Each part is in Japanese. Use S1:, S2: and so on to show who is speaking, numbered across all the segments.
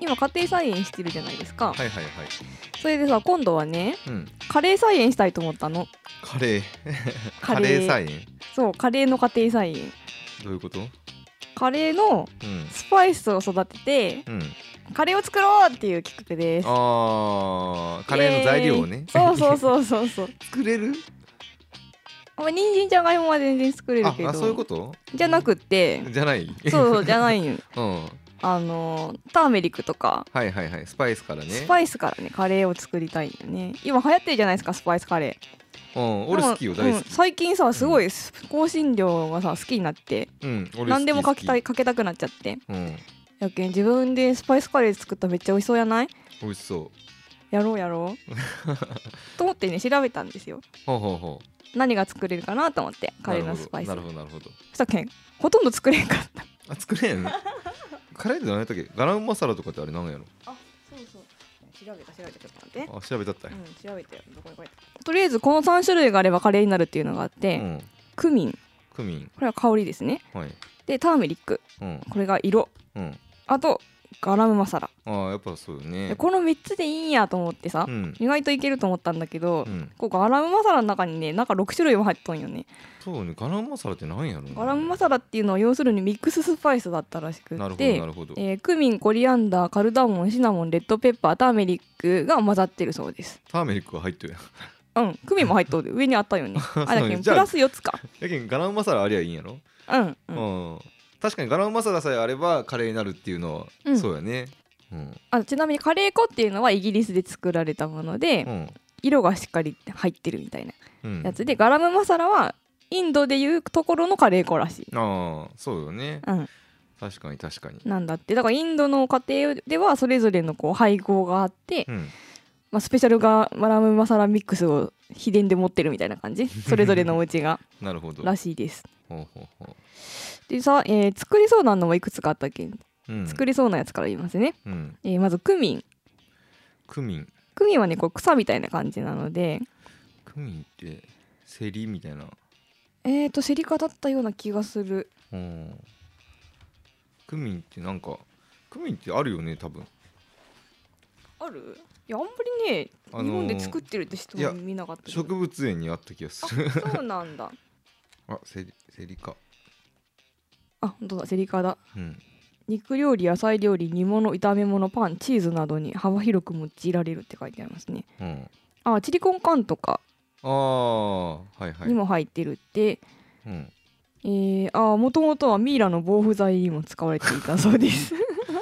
S1: 今家庭菜園してるじゃないですか、
S2: はいはいはい。
S1: それでさ今度はね
S2: うん。
S1: カレー菜園したいと思ったの
S2: カレー。カレー菜園。
S1: そうカレーの家庭菜園
S2: どういうこと？
S1: カレーの
S2: うん。
S1: スパイスを育てて
S2: うん。
S1: カレーを作ろうっていう企画です
S2: ああ、カレーの材料をね
S1: イエ。ーイそうそうそうそう そう
S2: 作れる？
S1: まあ人参じゃがいもは全然作れる
S2: あ
S1: け、ど
S2: あそういうこと？
S1: じゃなくって
S2: じゃない。
S1: そうそうじゃないの よ
S2: うん。
S1: あのターメリックとか
S2: はいはいはい。スパイスからね。
S1: スパイスからねカレーを作りたいんだよね今流行ってるじゃないですかスパイスカレー
S2: うん。俺好きよ大
S1: うん
S2: 好き。
S1: 最近さすごい香辛料がさ好きになって
S2: うん。俺好き。
S1: 何でもかけた
S2: い。
S1: いかけたくなっちゃって
S2: うん。
S1: やけん自分でスパイスカレー作ったらめっちゃ美味しそうやない
S2: 美味しそう。
S1: やろうやろう と思ってね調べたんですよ
S2: ほうほうほう。
S1: 何が作れるかなと思ってカレーのスパイス
S2: なるほどなるほど。なるほ
S1: そしたらけんほとんど作れんかった
S2: どあ作れん。 カレーって何やったっけ？ガラムマサラとかってあれなんやろ？
S1: あそうそう調べた調べたちょっと待って
S2: あ調べたった。
S1: うん調べてどこにこれとりあえずこの3種類があればカレーになるっていうのがあっ
S2: う
S1: て、
S2: ん。
S1: クミン
S2: クミン。
S1: これは香りですね
S2: はい。
S1: でターメリック
S2: うん
S1: これが色
S2: うん。
S1: あとガラムマサラ、
S2: ああやっぱそうよね。
S1: でこの3つでいいんやと思ってさ、
S2: うん。
S1: 意外といけると思ったんだけど、
S2: うん。
S1: こうガラムマサラの中にねなんか6種類も入っとんよね
S2: そうね。ガラムマサラってなんやろな？
S1: ガラムマサラっていうのは要するにミックススパイスだったらしく
S2: な
S1: っ
S2: るほど
S1: て
S2: なるほど。
S1: えークミンコリアンダーカルダモンシナモンレッドペッパーターメリックが混ざってるそうです
S2: ターメリックが入ってるやん。
S1: う んクミンも入っとる上にあったよねあだ
S2: そ
S1: け
S2: うね
S1: ど
S2: じゃ
S1: プ
S2: あ
S1: ラス4つか
S2: やけんガラムマサラありゃいいんやろ。
S1: うん、う
S2: うんん。確かにガラムマサラさえあればカレーになるっていうのは、
S1: うん
S2: そうやね。うん。
S1: あちなみにカレー粉っていうのはイギリスで作られたもので、
S2: うん。
S1: 色がしっかり入ってるみたいな
S2: うん。
S1: やつで、ガラムマサラはインドでいうところのカレー粉らしい、
S2: ああそうよね。
S1: うん、
S2: 確かに確かに。
S1: なんだってだからインドの家庭ではそれぞれのこう配合があって、
S2: うん。
S1: まあ、スペシャルガラムマサラミックスを秘伝で持ってるみたいな感じそれぞれのお家が
S2: なるほど。
S1: らしいです
S2: ほうほうほ
S1: でさ、えー作りそうなのもいくつかあったっけ
S2: う。うん。
S1: 作りそうなやつから言いますね、
S2: うん。
S1: えーまずクミン
S2: クミン。
S1: クミンはねこう草みたいな感じなので
S2: クミンってセリみたいな。
S1: えーとセリカだったような気がする
S2: うん。クミンってなんかクミンってあるよね多分。
S1: あるいやあんまりね、
S2: あのー
S1: 日本で作ってるって人
S2: いや
S1: も見なかったけど
S2: 植物園にあった気がする。
S1: あそうなんだ
S2: あセリセリか。
S1: あ本当だセリカだ
S2: うん。
S1: 肉料理野菜料理煮物炒め物パンチーズなどに幅広く用いられるって書いてありますね
S2: うん。
S1: あチリコン缶とか
S2: ああはいはい。
S1: にも入ってるって、
S2: うん。
S1: えー、あもともとはミイラの防腐剤にも使われていたそうです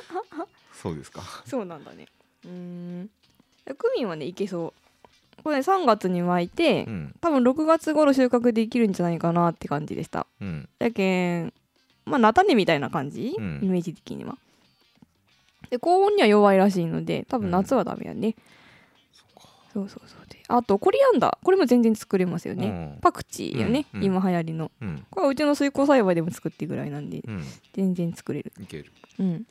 S2: そうですか。
S1: そうなんだねうーんクミンはねいけそうこれ、ね、3月に巻いて、
S2: うん
S1: 多分6月頃収穫できるんじゃないかなって感じでした
S2: うん
S1: だけんまあ菜種みたいな感じ、
S2: うん
S1: イメージ的にはで高温には弱いらしいので多分夏はダメやね、そうそうそうであとコリアンダーこれも全然作れますよね、
S2: うん
S1: パクチーよね、
S2: うんうん
S1: 今流行りの
S2: うん
S1: これはうちの水耕栽培でも作ってぐらいなんで
S2: うん
S1: 全然作れる
S2: いける。
S1: うん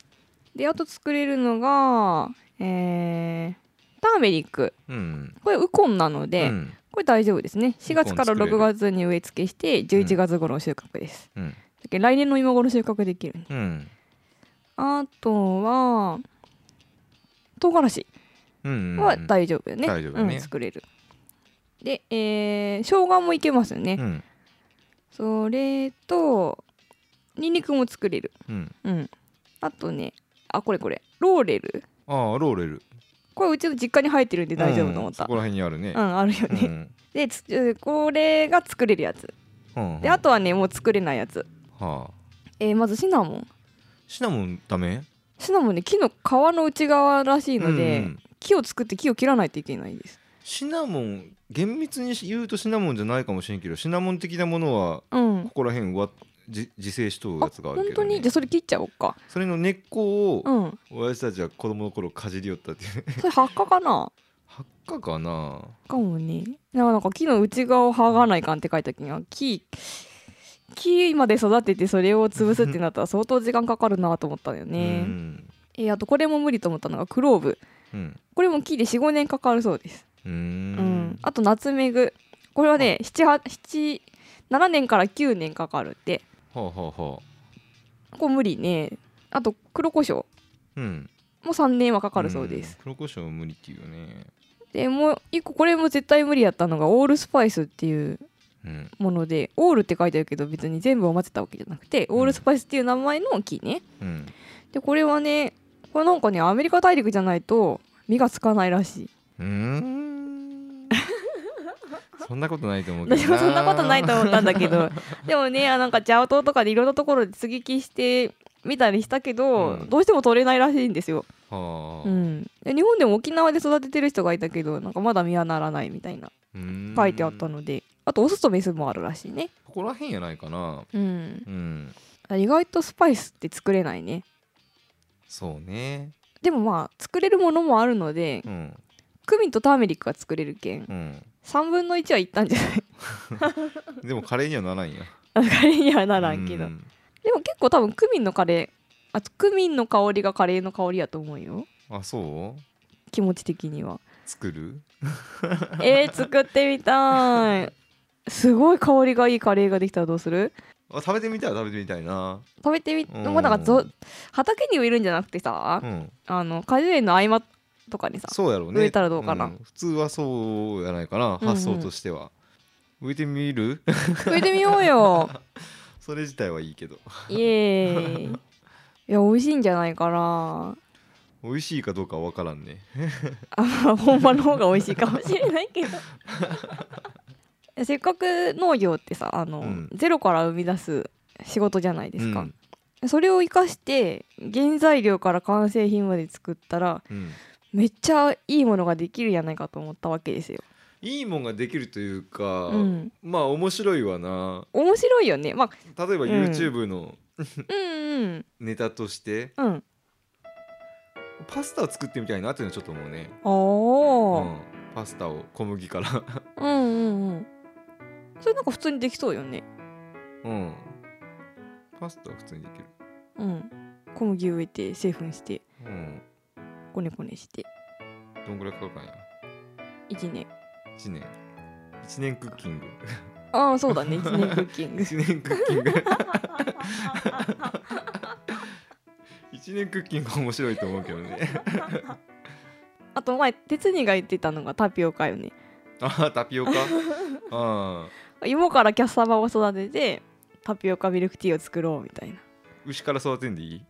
S1: であと作れるのがえーターメリック
S2: うん。
S1: これウコンなので、
S2: うん
S1: これ大丈夫ですね4月から
S2: ウコン作れる
S1: 6月に植え付けして11月頃収穫です、
S2: うん
S1: だけど来年の今頃収穫できる
S2: うん
S1: あとは唐辛子
S2: うん。
S1: は大丈夫よね,、う
S2: う
S1: んん
S2: 大丈夫よね
S1: 作れるで、えー、生姜もいけますよね、
S2: うん
S1: それとニンニクも作れる
S2: うん。
S1: うんあとねあこれこれローレル
S2: ああローレル。
S1: これうちの実家に生えてるんで大丈夫と思っ
S2: うんそ
S1: た
S2: こら辺にあるね
S1: う。んあるよ
S2: う
S1: ね、
S2: ん。
S1: でつこれが作れるやつ
S2: うん
S1: であとはねもう作れないやつ、
S2: はあ。
S1: えーまずシナモン
S2: シナモンダメ？
S1: シナモンね木の皮の内側らしいので、
S2: うん
S1: 木を作って木を切らないといけないです
S2: シナモン厳密に言うとシナモンじゃないかもしれんけどシナモン的なものは
S1: うん
S2: ここら辺はじ自生しとる
S1: あ
S2: やつがある
S1: 本
S2: け
S1: 当
S2: ど、ね
S1: にじゃ、あそれ切っちゃおうか
S2: それの根っこを
S1: うん
S2: 親父たちは子供の頃かじり寄ったっていう
S1: それ葉っぱかな
S2: 葉っかかな
S1: かもねなんか木の内側を剥がないかんって書いた時には木木まで育ててそれを潰すってなったら相当時間かかるなと思ったんだよね、
S2: うん
S1: えーあとこれも無理と思ったのがクローブ
S2: うん
S1: これも木で45年かかるそうです、
S2: うー
S1: うん
S2: ん
S1: あとナツメグこれはね77年から9年かかるって
S2: はあはあはあ
S1: これ無理ねあと黒胡椒
S2: うん
S1: も3年はかかるそうです
S2: ん、黒胡椒は無理っていうよね
S1: でもう一個これも絶対無理やったのがオールスパイスっていう
S2: うん
S1: ものでオールって書いてあるけど別に全部を混ぜたわけじゃなくてオールスパイスっていう名前の木ね
S2: うん
S1: でこれはねこれなんかねアメリカ大陸じゃないと実がつかないらしいう
S2: ー んそんなことないと思うけど
S1: 私もそんなことないと思ったんだけどでもねあなんかジャワ島とかでいろんなところで接ぎ木してみたりしたけど、
S2: うん
S1: どうしても取れないらしいんですよ、
S2: はあ
S1: うん、で日本でも沖縄で育ててる人がいたけどなんかまだ実はならないみたいな
S2: うーん
S1: 書いてあったのであとオスとメスもあるらしいね、
S2: ここら辺やないかな
S1: うん、
S2: うん
S1: 意外とスパイスって作れないね
S2: そうね
S1: でもまあ作れるものもあるので
S2: うん
S1: クミンとターメリックが作れるけん
S2: うん
S1: 3分の1はいったんじゃない
S2: でもカレーにはならんや
S1: あのカレーにはならんけど
S2: う
S1: でも結構多分クミンのカレーあとクミンの香りがカレーの香りやと思うよ
S2: あそう
S1: 気持ち的には
S2: 作る
S1: えー、作ってみたいすごい香りがいいカレーができたらどうする
S2: あ食べてみたい食べてみたいな
S1: 食べてみ
S2: うん
S1: もうなんかぞ畑に植えるんじゃなくてさ、
S2: うん
S1: あの果樹園の合間とかにさ
S2: そうやろうね
S1: 植えたらどうかなん
S2: 普通はそうやないかな
S1: うん
S2: 発想としては、植えてみる
S1: 植えてみようよ
S2: それ自体はいいけど
S1: イエーイいや美味しいんじゃないかな
S2: 美味しいかどうかは分からんね
S1: あまあ本場の方が美味しいかもしれないけ どせっかく農業ってさあの、
S2: うん
S1: ゼロから生み出す仕事じゃないです
S2: う
S1: か
S2: ん、
S1: それを生かして原材料から完成品まで作ったら
S2: うん
S1: めっちゃいいものができるやないかと思ったわけですよ。
S2: いいもんができるというか、
S1: うん、
S2: まあ面白いわな
S1: 面白いよね、まあ、
S2: 例えば
S1: ん
S2: YouTube の
S1: うんうん
S2: ネタとして、
S1: うん
S2: パスタを作ってみたいなっていうのはちょっと思うね、う
S1: おー
S2: ん、パスタを小麦から
S1: うんうんうんそれなんか普通にできそうよね。
S2: うんパスタは普通にできる
S1: うん、小麦植えて製粉して
S2: うん
S1: こねこねして
S2: どんぐらいかかるかんや
S1: 1年
S2: 1年1年クッキング
S1: ああそうだ ね1年クッキング
S2: 1年クッキング1年クッキング面白いと思うけどね
S1: あと前哲二が言ってたのがタピオカよね
S2: あタピオカあ
S1: 芋からキャッサバを育ててタピオカミルクティーを作ろうみたいな
S2: 牛から育てんでいい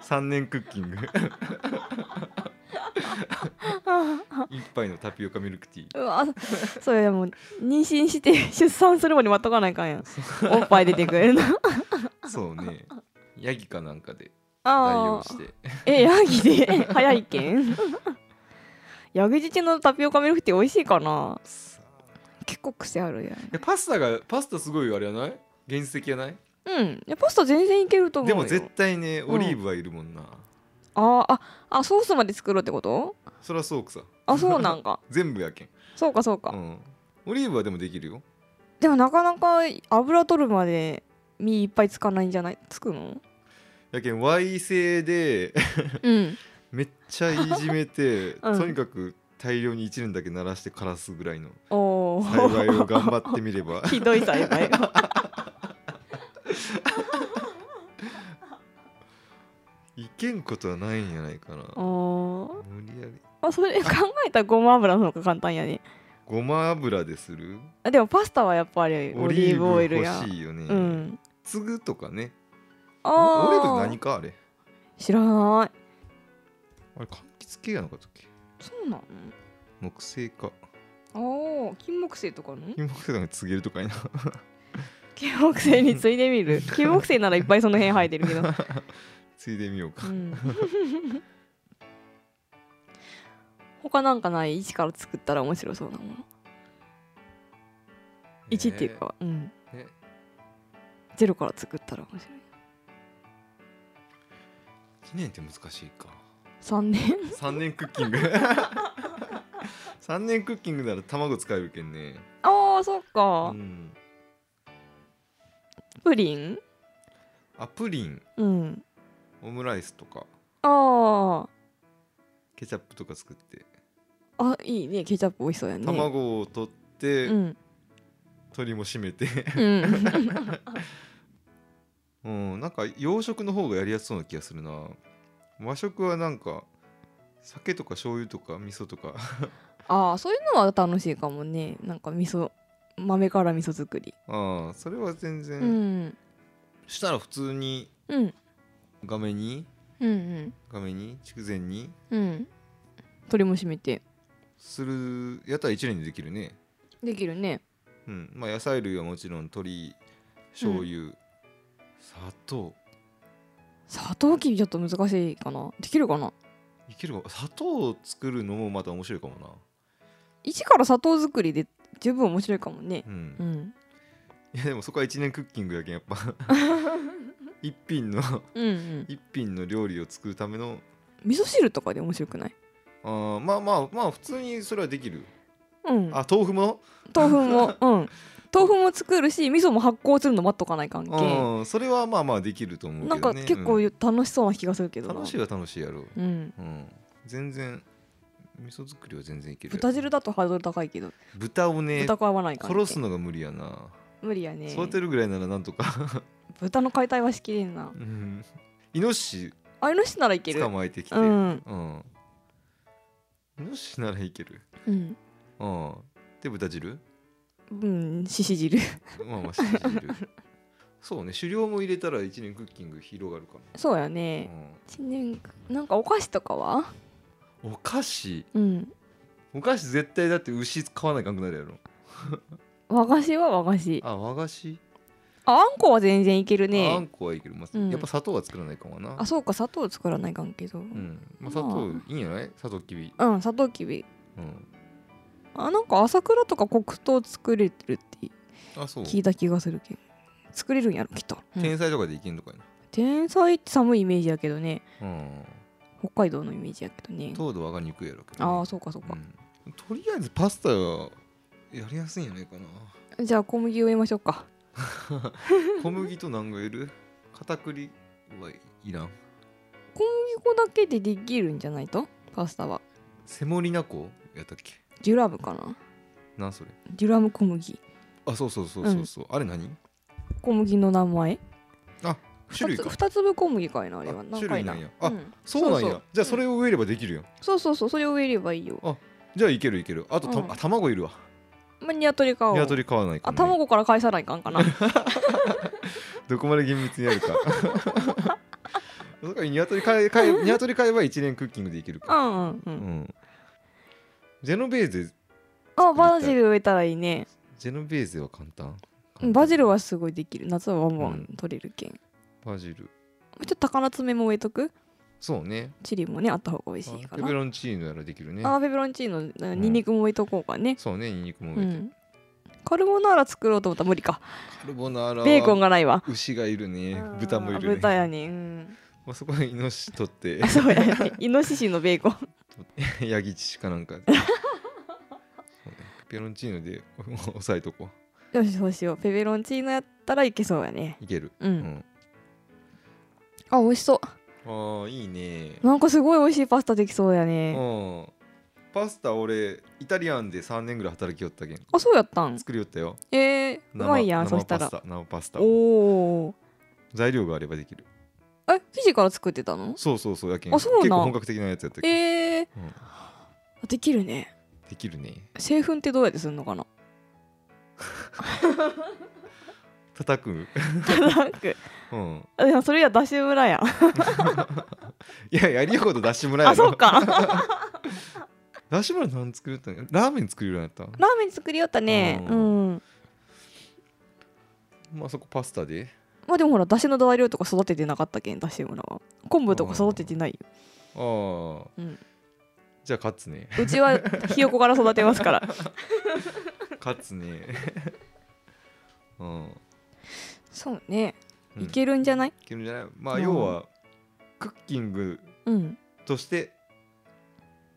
S2: 3年クッキング 一杯のタピオカミルクティー
S1: うわそれでも妊娠して出産するまで待っとかないかんやんおっぱい出てく れるの
S2: そうねヤギかなんかで代
S1: あ
S2: 用
S1: あ
S2: して
S1: えヤギ で早いけんヤギ乳のタピオカミルクティー美味しいかな
S2: さあ
S1: 結構癖あるやん
S2: えパスタがパスタすごいあれやない原石やない
S1: うんいやパスタ全然いけると思う
S2: で
S1: よ
S2: も絶対ね
S1: うん
S2: オリーブはいるもんな、
S1: あーああソースまで作ろうってこと
S2: そりゃそうくさ
S1: あそうなんか
S2: 全部やけん、
S1: そうかそうか、
S2: うん、オリーブはでもできるよ
S1: でもなかなか油取るまで身いっぱいつかないんじゃないつくの
S2: やけん Y 製で
S1: うん
S2: めっちゃいじめて、
S1: うん
S2: とにかく大量に1年だけ鳴らして枯らすぐらいの
S1: おー
S2: 栽培を頑張ってみれ ば
S1: ひどい栽培 が
S2: いけんことはないんじゃないかな
S1: おー
S2: 無理やり
S1: あそれ考えたらごま油の方が簡単やね
S2: ごま油でする
S1: あでもパスタはやっぱりオ
S2: オ
S1: リ
S2: リ
S1: ー
S2: ー
S1: ブ
S2: ブ
S1: オイル
S2: 欲
S1: や
S2: しいよね、
S1: うん
S2: つぐとかね
S1: あ
S2: オリー
S1: ー
S2: ブ何かあれ
S1: 知らない
S2: あれ柑橘系やなかったっけ
S1: そうな
S2: 木製か
S1: のああ金木犀とかの
S2: 金木犀なんか告げるとかいな
S1: 金木犀についでみる金木犀ならいっぱいその辺生えてるけど
S2: ついでみようか、
S1: うん 他なんかない一から作ったら面白そうなもの 一っていうか、うん
S2: ね
S1: ゼロから作ったら面白い
S2: 1年って難しいか
S1: 三年
S2: 3年クッキング3年クッキングなら卵使えるけんね
S1: ああそっ
S2: う
S1: か、
S2: ん
S1: プリン
S2: あプリン
S1: うん
S2: オムライスとか
S1: あ
S2: ケチャップとか作って
S1: ああいいねケチャップ美味しそうやね
S2: 卵を取って、
S1: うん
S2: 鶏も締めて
S1: うん
S2: うんなんか洋食の方がやりやすそうな気がするな和食はなんか酒とか醤油とか味噌とか
S1: ああそういうのは楽しいかもねなんか味噌豆から味噌作り
S2: ああそれは全
S1: う
S2: 然、
S1: ん
S2: したら普通に
S1: うん
S2: 画面に
S1: うんうん
S2: 画面に筑前に
S1: うん鳥も閉めて
S2: するやったら一年でできるね
S1: できるね
S2: うんまあ野菜類はもちろん鶏醤油、砂糖
S1: 砂糖きびちょっと難しいかなできるかない
S2: けるか砂糖を作るのもまた面白いかもな
S1: 一から砂糖作りで十分面白いかもね
S2: うん、
S1: うん
S2: いやでもそこは一年クッキングやけんやっ ぱ一品の
S1: うんうん
S2: 一品の料理を作るための
S1: 味噌汁とかで面白くない
S2: あーまあまあまあ普通にそれはできる、
S1: うん
S2: あ豆腐も
S1: 豆腐もうん豆腐も作るし味噌も発酵するの待っとかない関係
S2: うんそれはまあまあできると思うけど、
S1: な
S2: ね、
S1: んか結構
S2: うん
S1: 楽しそうな気がするけどな
S2: 楽しいは楽しいやろう、
S1: うん
S2: うん、全然味噌作りは全然いける
S1: 豚汁だとハードル高いけど
S2: 豚をね
S1: 豚食わないから
S2: 殺すのが無理やな、
S1: 無理やね
S2: 育てるぐらいならなんとか、
S1: 豚の解体はしきれんな
S2: うん、イノシ
S1: あイノシシならいけ
S2: シ
S1: る
S2: 捕まえてきて、
S1: う
S2: うん
S1: ん
S2: イノシシならいける、
S1: うん
S2: うん、で豚汁
S1: うん獅子汁
S2: まあまあしし 汁そうね狩猟も入れたら一年クッキング広がるか
S1: そうや
S2: な、
S1: ね一年なんかお菓子とかは
S2: うん、お菓子
S1: うん
S2: お菓子絶対だって牛買わなきゃあかんくなるやろ
S1: 和菓子は和菓子
S2: あ和菓子
S1: ああんこは全然いける
S2: ああん
S1: ね
S2: こはいいけど、まあ
S1: うん
S2: やっぱ砂糖は作らないかもな
S1: あそうか砂糖作らないかんけど
S2: うんま
S1: まあ
S2: あ、砂糖いいんじゃない砂糖きび、
S1: うん砂糖きび
S2: うん、
S1: あなんか朝倉とか黒糖作れてるって
S2: あそう
S1: 聞いた気がするけど作れるんやろきっと、うん
S2: 天才とかでいけんとかや
S1: 天才って寒いイメージやけどね
S2: な、うん、
S1: 北海道のイメージやけどね
S2: 糖度は上がりにくいやろうけどね、
S1: ああそうかそうか、
S2: うんとりあえずパスタはやりやすいんじゃないかな
S1: じゃあ小麦植えましょうか
S2: 小麦と何がいる片栗はいらん
S1: 小麦粉だけでできるんじゃないとパスタは
S2: セモリナ粉やったっけ
S1: デュラムかな
S2: なんそれ
S1: デュラム小麦
S2: あそうそうそうそうそう、あれ何
S1: 小麦の名前
S2: 種類か
S1: 2粒小麦かいなあれは
S2: あ
S1: 何かいな
S2: 種類なんやあ
S1: うん
S2: そうなんや
S1: そうそう
S2: じゃあそれを植えればできるよ、
S1: そうそうそうそれを植えればいいよ
S2: じゃあいけるいけるあとた、
S1: うん
S2: あ卵いるわ
S1: まあ、ニワトリかを
S2: ニワトリ買わないか
S1: あ
S2: もね、
S1: 卵から返さないかんかな
S2: どこまで厳密にやるか。 そっか、ニワトリ買え、買え、ニワトリ買えば一年クッキングでいける
S1: う
S2: か。
S1: んうんう
S2: うんん。ジェノベーゼ、
S1: あバジル植えたらいいね
S2: ジェノベーゼは簡単。
S1: うんバジル
S2: は。
S1: はすごいできる夏はワンワン取れるけん、
S2: バジル。
S1: ちょっと高菜爪も植えとく
S2: そうね。
S1: チリもねあった方が美味しい
S2: あ
S1: か
S2: ペ
S1: な
S2: ペロンチーノならできるね。
S1: あーペペロンチーノあニンニクも置いとこうかね、
S2: そうね、ニンニクも
S1: う
S2: 植えて。
S1: ん、カルボナーラ作ろうと思ったら無理か
S2: カルボナーラ。
S1: ベーコン。がないわ
S2: 牛がいるね。豚もい
S1: あ
S2: る
S1: 豚
S2: ね。
S1: やねうん
S2: まあ、そこはイノシシ取って
S1: あ、そうやねイノシシのベーコン
S2: ヤギチかなんかで。そうねペペロンチーノで押さえとこ
S1: よしそうしようペペロンチーノやったらいけそうやね
S2: う。いける。
S1: うん、
S2: うん。
S1: あ美味しそ
S2: ああ、いいね
S1: う。なんかすごい美味しいパスタできそうやね
S2: うん。パスタ俺イタリアンで3年ぐらい働きよったけん
S1: あそうやったん
S2: 作りよったよ
S1: えー、うまいやん
S2: 生
S1: そしたら
S2: 生パスタ生パスタ
S1: おお
S2: 材料があればできる
S1: ーえ生地から作ってたの
S2: そうそうそうやけん
S1: あそうなん
S2: 結構本格的なやつやったけん、
S1: えー、
S2: うん
S1: できるね
S2: できるね
S1: 製粉ってどうやってするの かな
S2: 叩く
S1: なんか
S2: うん
S1: いやそれや出し村やん
S2: いややりようこと出しもらえ
S1: あそうか ラ
S2: 出しもら何作りよったんやラーメン作りようになったん
S1: ーメン作りよったねう、
S2: うんまあそこパスタで
S1: まあでもほら出汁の材料とか育ててなかったけん出汁村は昆布とか育ててないよ
S2: ああ、
S1: うん
S2: じゃあ勝つね
S1: うちはひよこから育てますから
S2: 勝つねうん
S1: そうね
S2: うん
S1: いけるんじゃない
S2: いけるんじゃないまあ
S1: うん
S2: 要はクッキング
S1: うん
S2: として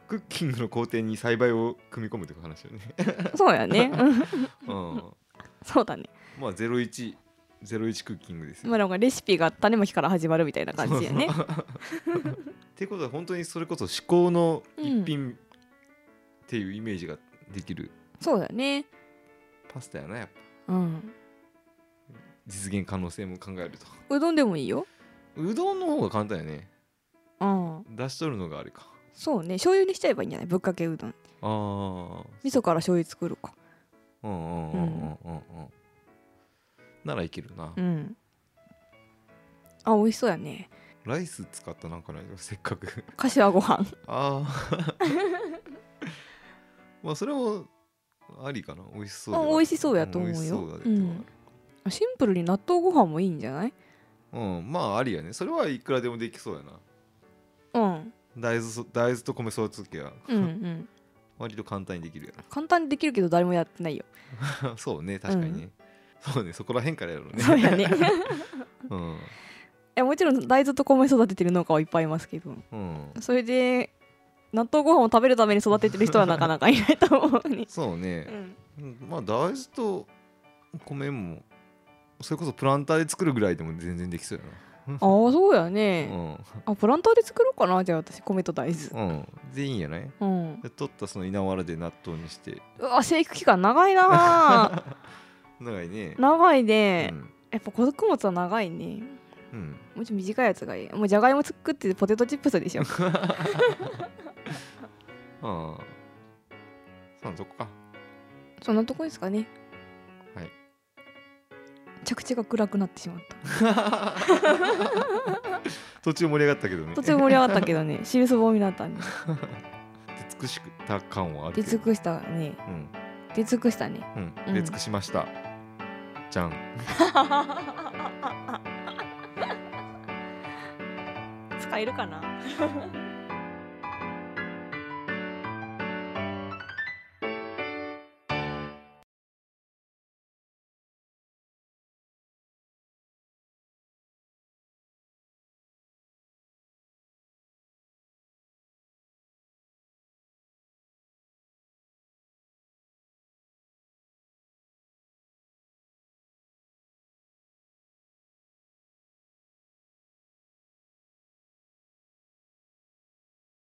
S2: クッキングの工程に栽培を組み込むという 話よね。
S1: そうやねうん
S2: うん、
S1: そうだね
S2: まあ0101クッキングですよ。
S1: まあなんかレシピが種まきから始まるみたいな感じやね
S2: ってことは本当にそれこそ至高の一品っていうイメージができる
S1: そうだね
S2: パスタやなやっぱ
S1: うん
S2: 実現可能性も考えると。
S1: うどんでもいいよ
S2: うどんの方が簡単やね。
S1: うん
S2: 出しとるのがあれか
S1: そうね醤油にしちゃえばいいんじゃないぶっかけうどん
S2: ああ
S1: 味噌から醤油作るか
S2: うんうんうんうんうんうんならいけるな、
S1: うんあ美味しそうやね
S2: ライス使ったなんかないせっかく
S1: 柏ご飯
S2: ああ まあそれもありかな美味しそうではある
S1: あ美味しそうやと思うよ
S2: ん美味しそうだねで は
S1: シンプルに納豆ご飯もいいんじゃない
S2: あるうん、まあありやねそれはいくらでもできそうやな
S1: うん
S2: 大豆そ大豆と米育つときは
S1: うんうん
S2: 割と簡単にできるや
S1: 簡単にできるけど誰もやってないよ
S2: ろ そうね確かにね、そうねそこら辺からやろうね
S1: そう やね
S2: うん
S1: えもちろん大豆と米育ててる農家はいっぱいいますけど
S2: うん
S1: それで納豆ご飯を食べるために育ててる人はなかなかいないと 思うね
S2: そうね
S1: う、ん
S2: うんまあ大豆と米もそれこそプランターで作るぐらいでも全然できそうや
S1: ああそうや
S2: な
S1: ね、あプランターで作ろうかなじゃあ私米と大豆
S2: うん、うん、でいいんやない
S1: うん
S2: で取ったその稲わらで納豆にして
S1: うわ生育期間長い な
S2: 長いね
S1: 長いうね、
S2: ん、
S1: やっぱ小作物は長いね
S2: うん、
S1: もうちょい短いやつがいいもうじゃがいも作ってポテトチップスでし ょ
S2: ああそうそこか
S1: そんなとこですかね
S2: はい
S1: 着地が暗くなってしまった
S2: 途中盛り上がったけどね
S1: 途中盛り上がったけどね 汁そぼみだったんで
S2: 出尽くした感はある
S1: 出
S2: けど
S1: 尽くしたね
S2: うん
S1: 出尽くしたね
S2: うん、
S1: うん
S2: 出尽くしましたじゃん
S1: 使えるかな